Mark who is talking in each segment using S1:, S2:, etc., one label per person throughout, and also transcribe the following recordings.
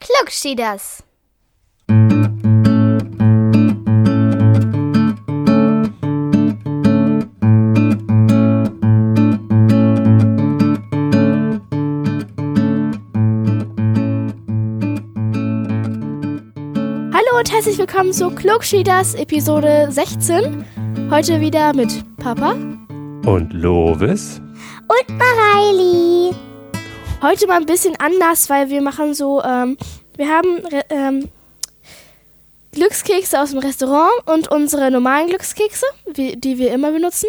S1: Glück steht das.
S2: Hallo und herzlich willkommen zu Klugschieders Episode 16. Heute wieder mit Papa.
S3: Und Lovis?
S1: Und Mareili.
S2: Heute mal ein bisschen anders, weil wir machen so, ähm, wir haben Re- ähm, Glückskekse aus dem Restaurant und unsere normalen Glückskekse, wie, die wir immer benutzen.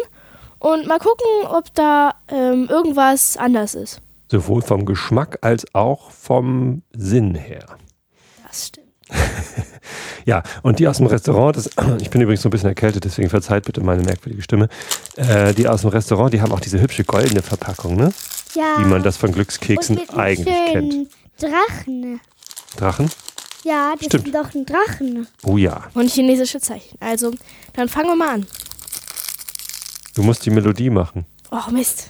S2: Und mal gucken, ob da ähm, irgendwas anders ist.
S3: Sowohl vom Geschmack als auch vom Sinn her.
S2: Das stimmt.
S3: Ja, und die aus dem Restaurant, das, ich bin übrigens so ein bisschen erkältet, deswegen verzeiht bitte meine merkwürdige Stimme. Äh, die aus dem Restaurant, die haben auch diese hübsche goldene Verpackung, ne?
S1: Ja.
S3: Wie man das von Glückskeksen
S1: Ah, und mit einem
S3: eigentlich kennt.
S1: schönen Drachen.
S3: Drachen?
S1: Ja, das
S3: Stimmt.
S1: ist doch ein Drachen.
S3: Oh ja.
S2: Und chinesische Zeichen. Also, dann fangen wir mal an.
S3: Du musst die Melodie machen.
S2: Oh, Mist.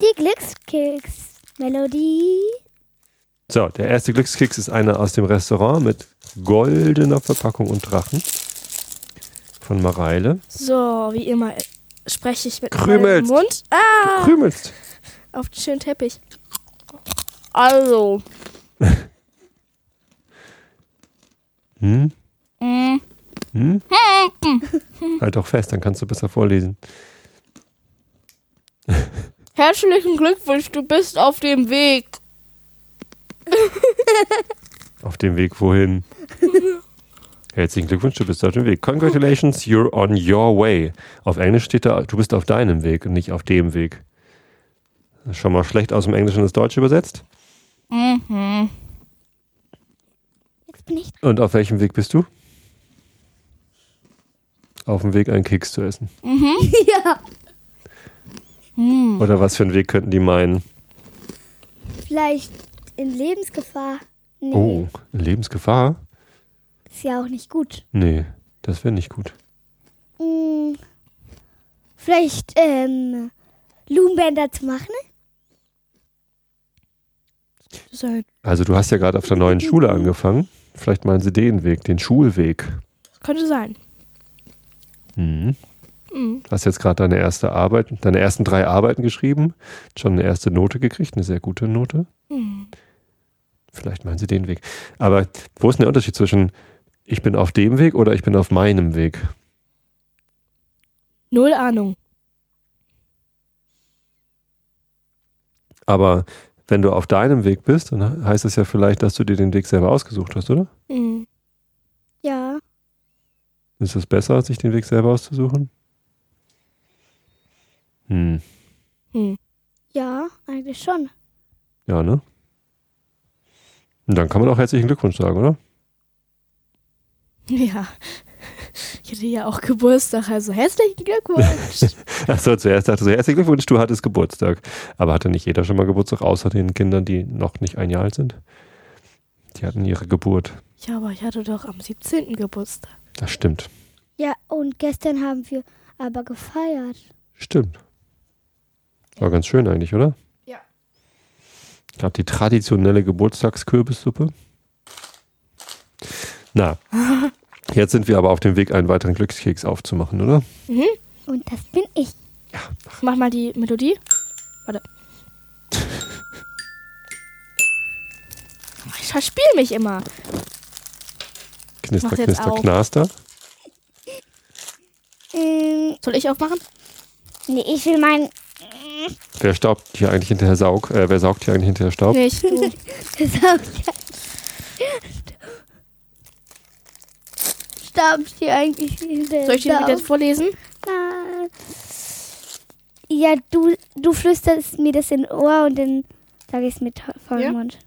S1: Die Glückskeks-Melodie.
S3: So, der erste Glückskeks ist einer aus dem Restaurant mit goldener Verpackung und Drachen. Von Mareile.
S2: So, wie immer äh, spreche ich mit meinem
S3: Krümelst.
S2: Mund. Ah!
S3: Krümelst.
S2: auf den schönen Teppich. Also.
S3: Hm? Hm? Halt doch fest, dann kannst du besser vorlesen.
S2: Herzlichen Glückwunsch, du bist auf dem Weg.
S3: Auf dem Weg wohin? Herzlichen Glückwunsch, du bist auf dem Weg. Congratulations, you're on your way. Auf Englisch steht da, du bist auf deinem Weg und nicht auf dem Weg. Das ist schon mal schlecht aus dem Englischen ins Deutsche übersetzt.
S1: Jetzt bin ich
S3: Und auf welchem Weg bist du? Auf dem Weg, einen Keks zu essen.
S1: Ja.
S3: Oder was für einen Weg könnten die meinen?
S1: vielleicht in Lebensgefahr. Nee,
S3: Oh, Lebensgefahr?
S1: ist ja auch nicht gut.
S3: Nee, das wäre nicht gut.
S1: Hm, vielleicht ähm, Lumenbänder zu machen.
S2: So,
S3: Also du hast ja gerade auf der neuen Schule angefangen. Vielleicht meinen sie den Weg, den Schulweg.
S2: könnte sein.
S3: Mhm.
S2: Hm,
S3: Hast jetzt gerade deine erste Arbeit, deine ersten drei Arbeiten geschrieben, schon eine erste Note gekriegt, eine sehr gute Note.
S2: hm.
S3: Vielleicht meinen sie den Weg. Aber wo ist denn der Unterschied zwischen ich bin auf dem Weg oder ich bin auf meinem Weg?
S2: Null Ahnung.
S3: Aber wenn du auf deinem Weg bist, dann heißt es ja vielleicht, dass du dir den Weg selber ausgesucht hast, oder?
S2: Mhm.
S1: Ja.
S3: Ist es besser, sich den Weg selber auszusuchen? Hm.
S1: Ja, eigentlich schon.
S3: Ja, ne? Und dann kann man auch herzlichen Glückwunsch sagen, oder?
S2: Ja. Ich hatte ja auch Geburtstag, also herzlichen Glückwunsch.
S3: Achso, Also zuerst dachte ich so, herzlichen Glückwunsch, du hattest Geburtstag. Aber hatte nicht jeder schon mal Geburtstag, außer den Kindern, die noch nicht ein Jahr alt sind? Die hatten ihre Geburt.
S2: ja, aber ich hatte doch am 17. Geburtstag.
S3: Das stimmt.
S1: Ja, und gestern haben wir aber gefeiert.
S3: Stimmt. War ganz schön eigentlich, oder?
S2: Ja.
S3: Ich glaube, die traditionelle Geburtstagskürbissuppe. Na, jetzt sind wir aber auf dem Weg, einen weiteren Glückskeks aufzumachen, oder?
S1: Und das bin ich.
S2: Ich mach mal die Melodie. Warte. Oh, Ich verspiel mich immer.
S3: Knister,
S2: mach's jetzt
S3: knister,
S2: auf.
S3: knaster.
S1: Ähm,
S2: Soll ich aufmachen?
S1: nee, ich will meinen
S3: Wer staubt hier eigentlich hinterher Saug? Äh, wer saugt hier eigentlich hinterher Staub?
S2: Nicht. Du.
S1: Staub hier eigentlich hinter.
S2: Soll ich den wieder vorlesen?
S1: Ja, du, du flüsterst mir das in Ohr und dann sage ich es mit vollem
S2: Ja.
S1: Mund.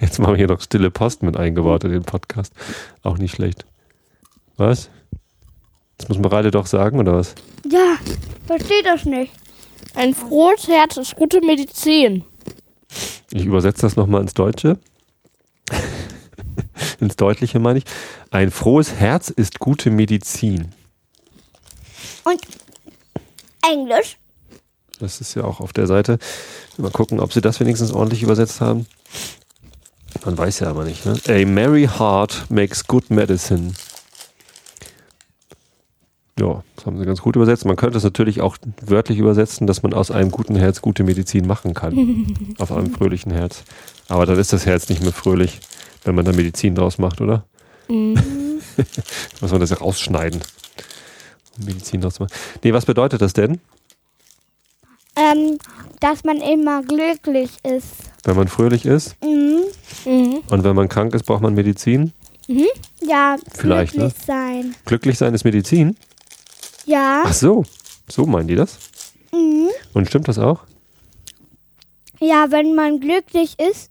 S3: Jetzt machen wir hier noch stille Post mit eingebaut in den Podcast. Auch nicht schlecht. Was? Das muss Mareile doch sagen, oder was?
S1: Ja, verstehe das nicht.
S2: Ein frohes Herz ist gute Medizin.
S3: Ich übersetze das nochmal ins Deutsche. ins Deutliche meine ich. Ein frohes Herz ist gute Medizin.
S1: Und Englisch.
S3: Das ist ja auch auf der Seite. Mal gucken, ob sie das wenigstens ordentlich übersetzt haben. Man weiß ja aber nicht. Ne? A merry heart makes good medicine. Ja, das haben sie ganz gut übersetzt. Man könnte es natürlich auch wörtlich übersetzen, dass man aus einem guten Herz gute Medizin machen kann. auf einem fröhlichen Herz. Aber dann ist das Herz nicht mehr fröhlich, wenn man da Medizin draus macht, oder?
S2: Mhm.
S3: Muss man das ja rausschneiden. um Medizin draus machen. Nee, was bedeutet das denn,
S1: Ähm, dass man immer glücklich ist.
S3: wenn man fröhlich ist?
S1: Mhm.
S2: Mhm.
S3: Und wenn man krank ist, braucht man Medizin?
S1: Ja,
S3: Vielleicht,
S1: glücklich sein.
S3: Glücklich sein ist Medizin?
S1: Ja.
S3: Ach so, so meinen die das?
S1: Mhm.
S3: Und stimmt das auch?
S1: Ja, wenn man glücklich ist,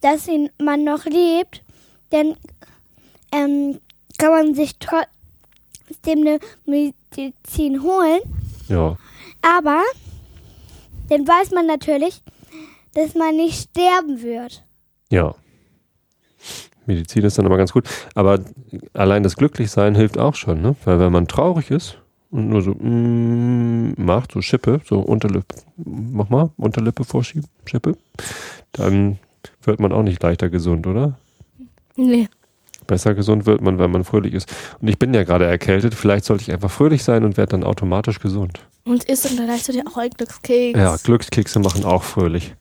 S1: dass ihn, man noch lebt, dann ähm, kann man sich trotzdem eine Medizin holen.
S3: Ja.
S1: Aber dann weiß man natürlich, dass man nicht sterben wird.
S3: Ja. Medizin ist dann aber ganz gut. Aber allein das Glücklichsein hilft auch schon, ne? Weil wenn man traurig ist und nur so mm, macht, so Schippe, so Unterlippe, mach mal, Unterlippe vorschieben, Schippe, dann wird man auch nicht leichter gesund, oder?
S2: Nee.
S3: Besser gesund wird man, wenn man fröhlich ist. Und ich bin ja gerade erkältet, vielleicht sollte ich einfach fröhlich sein und werde dann automatisch gesund.
S2: Und isst dann gleich zu dir auch ein Glückskeks.
S3: Ja, Glückskekse machen auch fröhlich.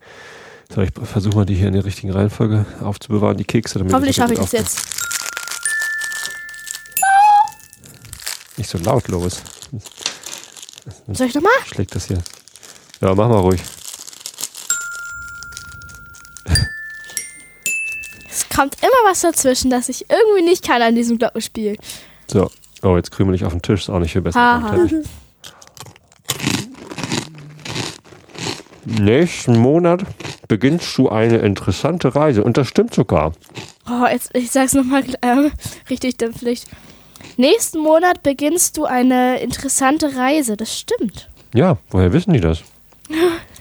S3: So, ich versuche mal die hier in der richtigen Reihenfolge aufzubewahren, die Kekse. Damit
S2: Hoffentlich
S3: so gut
S2: schaffe ich das
S3: aufkomme.
S2: jetzt.
S3: Nicht so laut, Loris.
S2: Soll ich nochmal?
S3: Schlägt das hier. Ja, mach mal ruhig.
S2: Es kommt immer was dazwischen, dass ich irgendwie nicht kann an diesem Glockenspiel.
S3: So. Oh, jetzt krümel ich auf den Tisch. Ist auch nicht viel besser.
S2: Haha.
S3: Qualität. Nächsten Monat beginnst du eine interessante Reise. Und das stimmt sogar.
S2: Oh, jetzt, ich sag's nochmal ähm, richtig dämpflich. Nächsten Monat beginnst du eine interessante Reise. Das stimmt.
S3: Ja, woher wissen die das?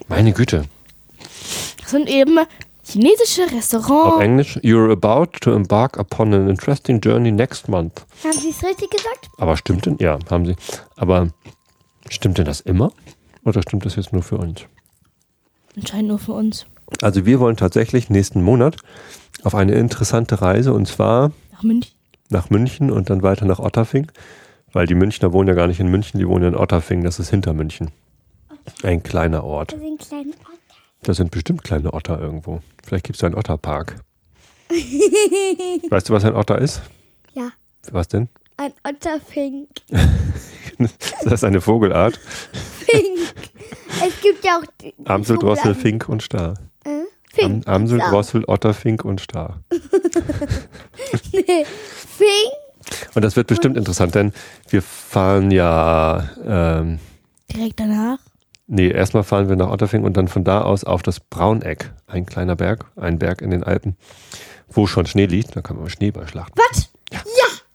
S3: Meine Güte.
S2: Das sind eben chinesische
S3: Auf
S2: Restaurants.
S3: Englisch, you're about to embark upon an interesting journey next month.
S1: Haben Sie es richtig gesagt?
S3: Aber stimmt denn? Ja, haben sie. Aber stimmt denn das immer? Oder stimmt das jetzt nur für uns?
S2: Anscheinend nur für uns.
S3: Also wir wollen tatsächlich nächsten Monat auf eine interessante Reise und zwar
S2: Nach München.
S3: nach München und dann weiter nach Otterfing, weil die Münchner wohnen ja gar nicht in München, die wohnen in Otterfing, das ist hinter München. Ein kleiner Ort.
S1: Das ist ein kleiner Ort.
S3: Da sind bestimmt kleine Otter irgendwo. Vielleicht gibt es da einen Otterpark. weißt du, was ein Otter ist?
S1: Ja,
S3: Was denn?
S1: ein Otterfink.
S3: Das ist eine Vogelart.
S1: Fink. es gibt ja auch... die-
S3: Amsel,
S1: Vogel-
S3: Drossel, Fink und Star.
S1: Äh? Fink.
S3: Am, Amsel,
S1: Star.
S3: Drossel, Otter, Fink und Star.
S1: Nee, Fink.
S3: Und das wird bestimmt interessant, denn wir fahren ja, ähm,
S2: Direkt danach.
S3: nee, erstmal fahren wir nach Otterfing und dann von da aus auf das Brauneck, ein kleiner Berg, ein Berg in den Alpen, wo schon Schnee liegt, da kann man Schneeball schlachten.
S1: Was?
S3: Ja.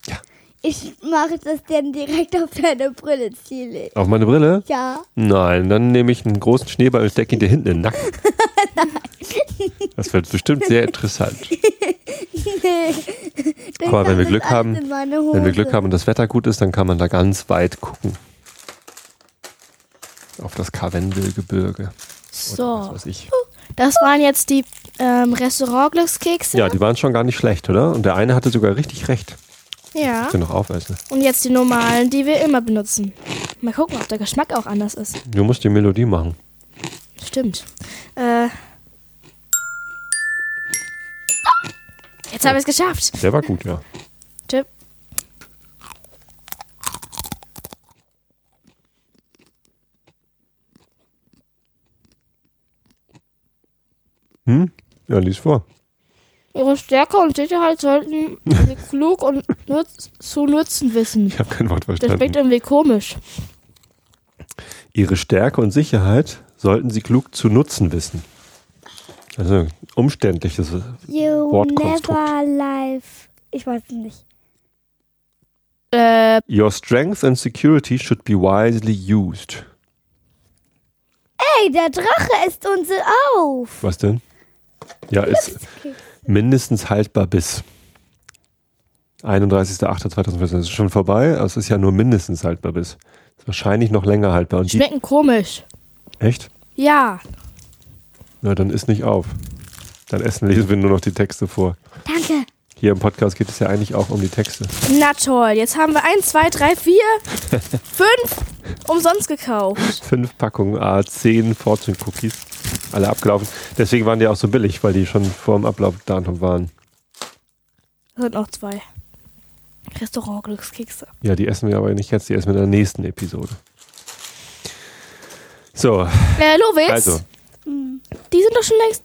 S3: Ja.
S1: Ich mache das dann direkt auf deine Brille, Ziele.
S3: Auf meine Brille?
S1: Ja.
S3: Nein, dann nehme ich einen großen Schneeball und stecke ihn dir hinten in den Nacken. Das wird bestimmt sehr interessant.
S1: Dann
S3: Aber wenn wir
S1: kommt das
S3: Glück
S1: alles
S3: haben-
S1: in meine Hose.
S3: Wenn wir Glück haben und das Wetter gut ist, dann kann man da ganz weit gucken. Auf das Karwendelgebirge. Was
S2: So.
S3: weiß ich.
S2: Das waren jetzt die ähm, Restaurant-Glückskekse.
S3: Ja, die waren schon gar nicht schlecht, oder? Und der eine hatte sogar richtig recht.
S2: ja.
S3: Können noch aufessen.
S2: Und jetzt die normalen, die wir immer benutzen. Mal gucken, ob der Geschmack auch anders ist.
S3: Du musst die Melodie machen.
S2: Stimmt. Äh. Jetzt habe ich es geschafft.
S3: Der war gut, ja.
S2: Tipp.
S3: Hm? Ja, lies vor.
S2: Ihre Stärke und Sicherheit sollten Sie klug und nutz zu nutzen wissen.
S3: Ich habe kein Wort
S2: Das klingt
S3: verstanden.
S2: irgendwie komisch.
S3: Ihre Stärke und Sicherheit sollten Sie klug zu nutzen wissen. Also umständliches.
S1: You
S3: Wortkonstrukt.
S1: never life. Ich weiß es nicht.
S2: Äh,
S3: Your strength and security should be wisely used.
S1: Ey, der Drache isst uns auf.
S3: Was denn? Ja, ist mindestens haltbar bis. 31.08.2014, das ist schon vorbei, aber es ist ja nur mindestens haltbar bis. Ist wahrscheinlich noch länger haltbar. Und die,
S2: Schmecken komisch.
S3: echt?
S2: Ja.
S3: Na, dann isst nicht auf. Dann essen lesen wir nur noch die Texte vor.
S1: Danke.
S3: Hier im Podcast geht es ja eigentlich auch um die Texte.
S2: Na toll. Jetzt haben wir 1, 2, 3, 4, 5 umsonst gekauft.
S3: Fünf Packungen A10 Fortune Cookies. Alle abgelaufen. Deswegen waren die auch so billig, weil die schon vor dem Ablaufdatum waren.
S2: Das sind noch zwei. Restaurant-Glückskekse.
S3: Ja, die essen wir aber nicht jetzt, die essen wir in der nächsten Episode. So,
S2: Äh, Lovitz,
S3: also,
S2: die sind doch schon längst.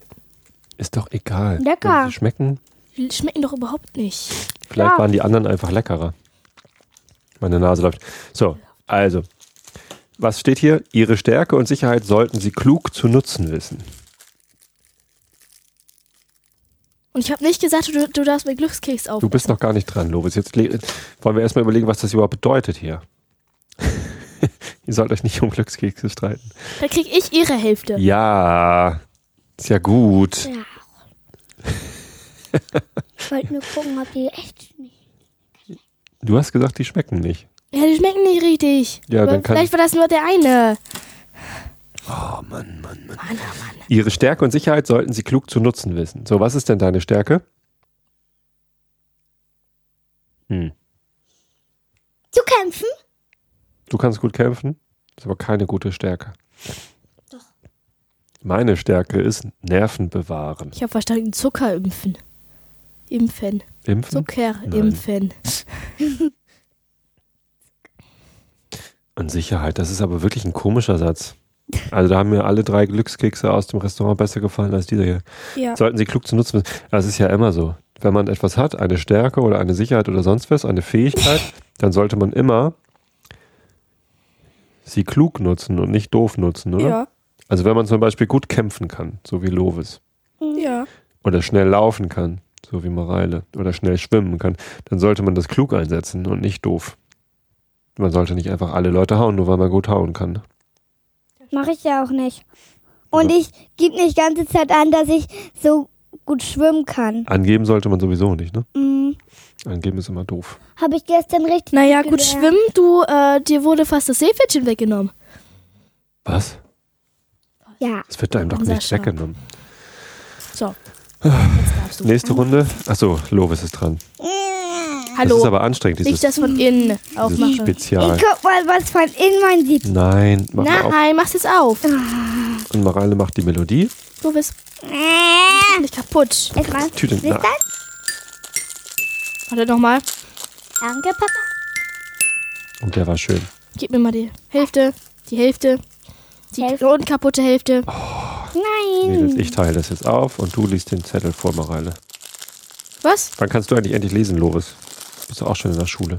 S3: ist doch egal.
S1: Lecker.
S3: Wenn sie schmecken,
S2: Die schmecken doch überhaupt nicht.
S3: vielleicht
S1: Ja.
S3: waren die anderen einfach leckerer. Meine Nase läuft. So, also, was steht hier? Ihre Stärke und Sicherheit sollten Sie klug zu nutzen wissen.
S2: Und ich habe nicht gesagt, du, du darfst mir Glückskeks auf.
S3: Du bist noch gar nicht dran, Lovis. Jetzt le- wollen wir erstmal überlegen, was das überhaupt bedeutet hier. Ihr sollt euch nicht um Glückskekse streiten.
S2: Da krieg ich ihre Hälfte.
S3: Ja, ist ja gut.
S1: Ja. ich wollte nur gucken, ob die echt schmecken.
S3: Du hast gesagt, die schmecken nicht.
S2: Ja, die schmecken nicht richtig.
S3: Ja,
S2: Aber
S3: dann kann-
S2: vielleicht war das nur der eine.
S3: Oh, Ihre Stärke und Sicherheit sollten Sie klug zu nutzen wissen. So, was ist denn deine Stärke? Hm.
S1: Zu kämpfen?
S3: Du kannst gut kämpfen, ist aber keine gute Stärke. Meine Stärke ist Nerven bewahren.
S2: Ich habe verstanden, Zucker impfen. Impfen.
S3: Impfen?
S2: Zucker impfen.
S3: Und Sicherheit, das ist aber wirklich ein komischer Satz. Also da haben mir alle drei Glückskekse aus dem Restaurant besser gefallen als dieser hier.
S2: Ja.
S3: Sollten sie klug zu nutzen wissen. Das ist ja immer so. Wenn man etwas hat, eine Stärke oder eine Sicherheit oder sonst was, eine Fähigkeit, dann sollte man immer sie klug nutzen und nicht doof nutzen, oder?
S2: Ja.
S3: Also wenn man zum Beispiel gut kämpfen kann, so wie Lovis,
S2: Ja.
S3: oder schnell laufen kann, so wie Mareile, oder schnell schwimmen kann, dann sollte man das klug einsetzen und nicht doof. Man sollte nicht einfach alle Leute hauen, nur weil man gut hauen kann.
S1: Mache ich ja auch nicht. Und
S3: Aber-
S1: ich gebe nicht ganze Zeit an, dass ich so gut schwimmen kann.
S3: Angeben sollte man sowieso nicht, ne?
S1: Mhm.
S3: Angeben ist immer doof.
S1: Habe ich gestern richtig.
S2: Naja, gut,
S1: gelernt.
S2: schwimmen, du, äh, dir wurde fast das Seepferdchen weggenommen.
S3: Was?
S1: Ja.
S3: Das wird einem doch
S2: Unser
S3: nicht
S2: Schaf.
S3: weggenommen.
S2: So. Jetzt darfst du.
S3: Nächste Runde. Achso, Lovis ist dran.
S2: Hallo.
S3: Das ist aber anstrengend,
S2: nicht
S3: dieses,
S2: das von innen
S3: dieses
S2: aufmachen.
S3: Spezial.
S1: Ich guck mal, was von innen man sieht.
S3: Nein, mach mal auf.
S2: Nein, mach's jetzt auf.
S3: Und Mareile macht die Melodie.
S2: Du bist
S1: Äh.
S2: nicht kaputt.
S1: Jetzt mal.
S3: Tüte.
S1: Wisst ihr
S3: Na.
S1: das?
S2: Warte nochmal.
S1: Danke, Papa.
S3: Und der war schön.
S2: Gib mir mal die Hälfte, die Hälfte, die
S1: Hälfte.
S2: unkaputte Hälfte.
S3: Oh.
S2: Hm.
S1: Nein.
S3: Mädels, ich teile das jetzt auf und du liest den Zettel vor, Mareile.
S2: Was?
S3: Wann kannst du eigentlich endlich lesen, Lovis? Bist du auch schon in der Schule?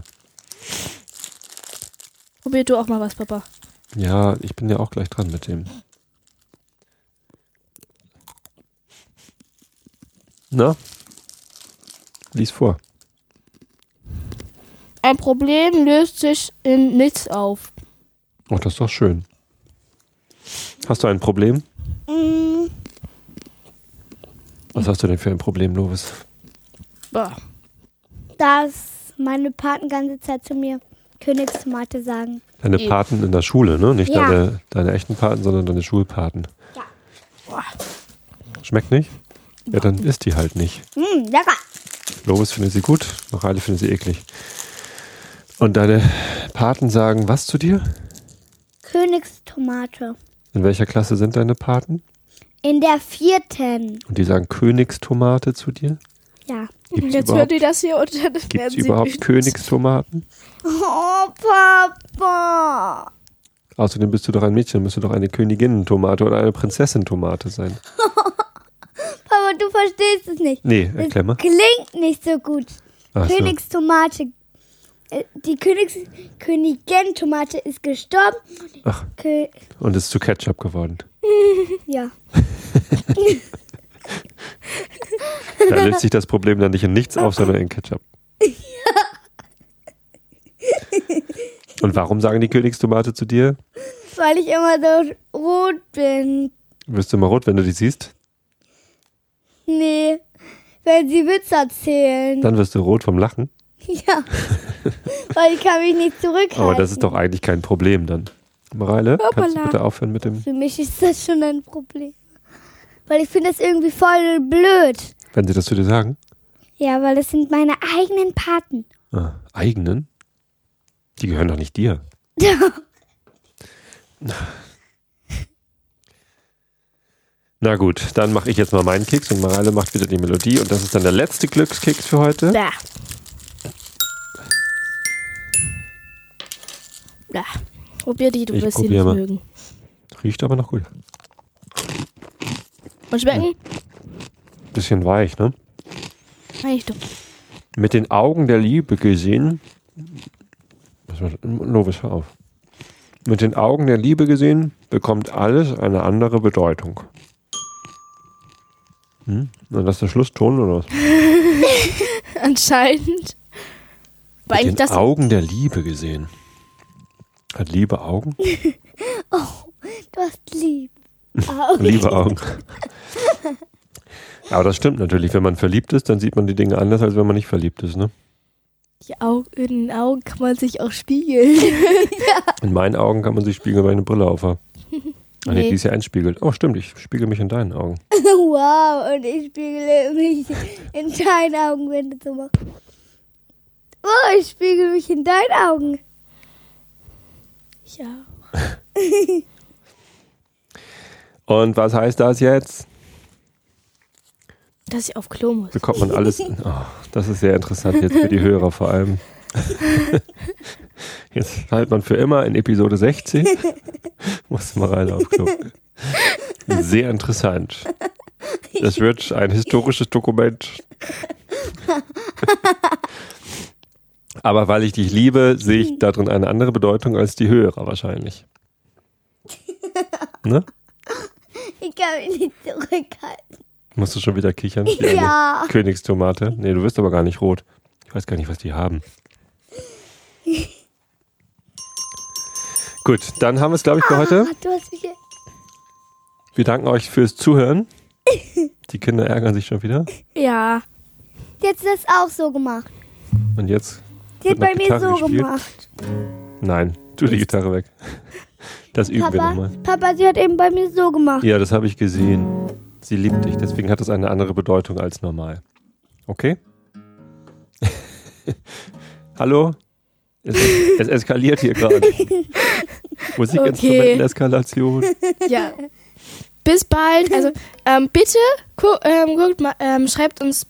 S2: Probier du auch mal was, Papa.
S3: Ja, ich bin ja auch gleich dran mit dem. Na? Lies vor.
S2: Ein Problem löst sich in nichts auf.
S3: Oh, das ist doch schön. Hast du ein Problem?
S1: Mm,
S3: Was hast du denn für ein Problem, Lovis?
S2: Bah.
S1: Dass meine Paten ganze Zeit zu mir Königtomate sagen.
S3: Deine
S2: Eh.
S3: Paten in der Schule, ne? Nicht
S1: Ja.
S3: deine, deine echten Paten, sondern deine Schulpaten.
S1: Ja.
S2: Boah.
S3: Schmeckt nicht? Ja, dann isst die halt nicht.
S1: Mm, lecker.
S3: Lovis findet sie gut, Mareile findet sie eklig. Und deine Paten sagen was zu dir?
S1: Königstomate.
S3: In welcher Klasse sind deine Paten?
S1: In der vierten.
S3: Und die sagen Königstomate zu dir?
S1: Ja.
S3: Gibt's
S2: Jetzt hören
S3: überhaupt,
S2: die das hier und dann werden
S3: gibt's
S2: sie
S3: überhaupt
S2: wütend.
S3: Königstomaten?
S1: Oh, Papa.
S3: Außerdem bist du doch ein Mädchen, müsste doch eine Königinnentomate oder eine Prinzessintomate sein.
S1: Papa, du verstehst es nicht.
S3: Nee, erklär mal.
S1: Klingt nicht so gut.
S3: Ach so.
S1: Königstomate. Äh, Die Königs Königin Tomate ist gestorben.
S3: Ach,
S1: Kö
S3: und ist zu Ketchup geworden.
S1: ja.
S3: Da löst sich das Problem dann nicht in nichts auf, sondern in Ketchup. Und warum sagen die Königstomate zu dir?
S1: Weil ich immer so rot bin.
S3: Wirst du immer rot, wenn du die siehst?
S1: Nee. Wenn sie Witze erzählen.
S3: Dann wirst du rot vom Lachen.
S1: Ja. Weil ich kann mich nicht zurückhalten.
S3: Aber das ist doch eigentlich kein Problem dann. Mareile, kannst du
S2: Hoppala.
S3: bitte aufhören mit dem,
S1: Für mich ist das schon ein Problem. Weil ich finde das irgendwie voll blöd.
S3: wenn sie das zu dir sagen?
S1: Ja, weil das sind meine eigenen Paten.
S3: Ah, eigenen? Die gehören doch nicht dir. Na gut, dann mache ich jetzt mal meinen Keks und Mareile macht wieder die Melodie und das ist dann der letzte Glückskeks für heute.
S2: Da. Da. Probier die, du
S3: Ich
S2: wirst sie
S3: probier
S2: nicht
S3: mal.
S2: mögen.
S3: Riecht aber noch gut.
S2: Und schmecken?
S3: Bisschen weich, ne?
S2: Eigentlich doch.
S3: Mit den Augen der Liebe gesehen. Was war das? Lovis, hör auf. Mit den Augen der Liebe gesehen bekommt alles eine andere Bedeutung. Hm? Na, das ist der Schlusston oder was?
S2: Anscheinend. War eigentlich
S3: Mit
S2: das.
S3: den Augen der Liebe gesehen. Hat Liebe Augen?
S1: Du hast lieb. Augen.
S3: Liebe Augen. Aber das stimmt natürlich. Wenn man verliebt ist, dann sieht man die Dinge anders, als wenn man nicht verliebt ist. Ne?
S2: Die Augen, in den Augen kann man sich auch spiegeln.
S3: In meinen Augen kann man sich spiegeln, weil ich eine Brille aufhabe. Ah, nee,
S2: Nee.
S3: die ist ja einspiegelt. Oh, stimmt, ich spiegel mich in deinen Augen.
S1: Wow, und ich spiegele mich in deinen Augen, wenn du so machst. Oh, ich spiegel mich in deinen Augen.
S2: Ja.
S3: Und was heißt das jetzt?
S2: Dass ich auf Klo muss.
S3: Bekommt man alles. Oh, das ist sehr interessant jetzt für die Hörer vor allem. Jetzt halt man für immer in Episode 16. Muss mal rein auf Klo. Sehr interessant. Das wird ein historisches Dokument. Aber weil ich dich liebe, sehe ich darin eine andere Bedeutung als die Hörer wahrscheinlich. Ne?
S1: Ich kann mich nicht zurückhalten.
S3: Musst du schon wieder kichern? Die eine
S1: Ja.
S3: Königstomate. Nee, du wirst aber gar nicht rot. Ich weiß gar nicht, was die haben. Gut, dann haben wir es, glaube ich, für heute.
S1: Ah, du hast mich.
S3: Wir danken euch fürs Zuhören. Die Kinder ärgern sich schon wieder.
S2: Ja.
S1: Jetzt ist das auch so gemacht.
S3: Und jetzt.
S1: Die
S3: Wird
S1: hat
S3: noch
S1: bei mir
S3: Gitarre
S1: so
S3: gespielt?
S1: gemacht.
S3: Nein, tu die Gitarre weg. Das üben wir
S1: Papa,
S3: nochmal.
S1: Papa, sie hat eben bei mir so gemacht.
S3: Ja, das habe ich gesehen. Sie liebt dich, deswegen hat das eine andere Bedeutung als normal. Okay? Hallo? Es, es eskaliert hier gerade. Musikinstrumenteneskalation.
S2: Ja. Bis bald. Also, ähm, bitte gu ähm, guckt mal, ähm, schreibt uns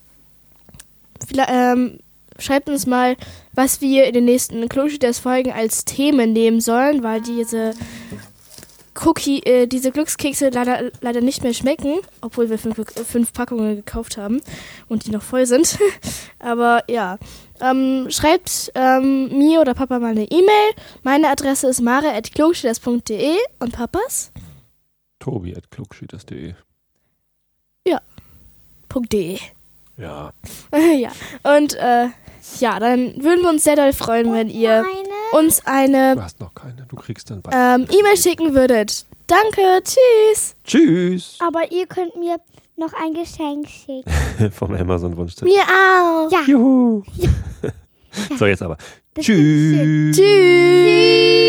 S2: vielleicht, ähm, schreibt uns mal, was wir in den nächsten Kloschüters Folgen als Themen nehmen sollen, weil diese Cookie, äh, diese Glückskekse leider, leider nicht mehr schmecken, obwohl wir fünf, Glück- äh, fünf Packungen gekauft haben und die noch voll sind. Aber ja, ähm, schreibt ähm, mir oder Papa mal eine E-Mail. Meine Adresse ist mare.klugschilders.de und Papas?
S3: Tobi at klugschieders.de.
S2: .de.
S3: Ja.
S2: ja. Und äh, ja, dann würden wir uns sehr doll freuen, wenn ihr
S1: Meine.
S2: uns
S3: Du
S2: eine
S3: hast noch keine. Du kriegst dann bald.
S2: ähm, E-Mail schicken würdet. Danke, tschüss.
S3: Tschüss.
S1: Aber ihr könnt mir noch ein Geschenk schicken.
S3: Vom Amazon-Wunschzettel.
S2: Mir auch.
S1: Ja.
S3: Juhu. So, jetzt aber. Tschüss.
S2: Tschüss.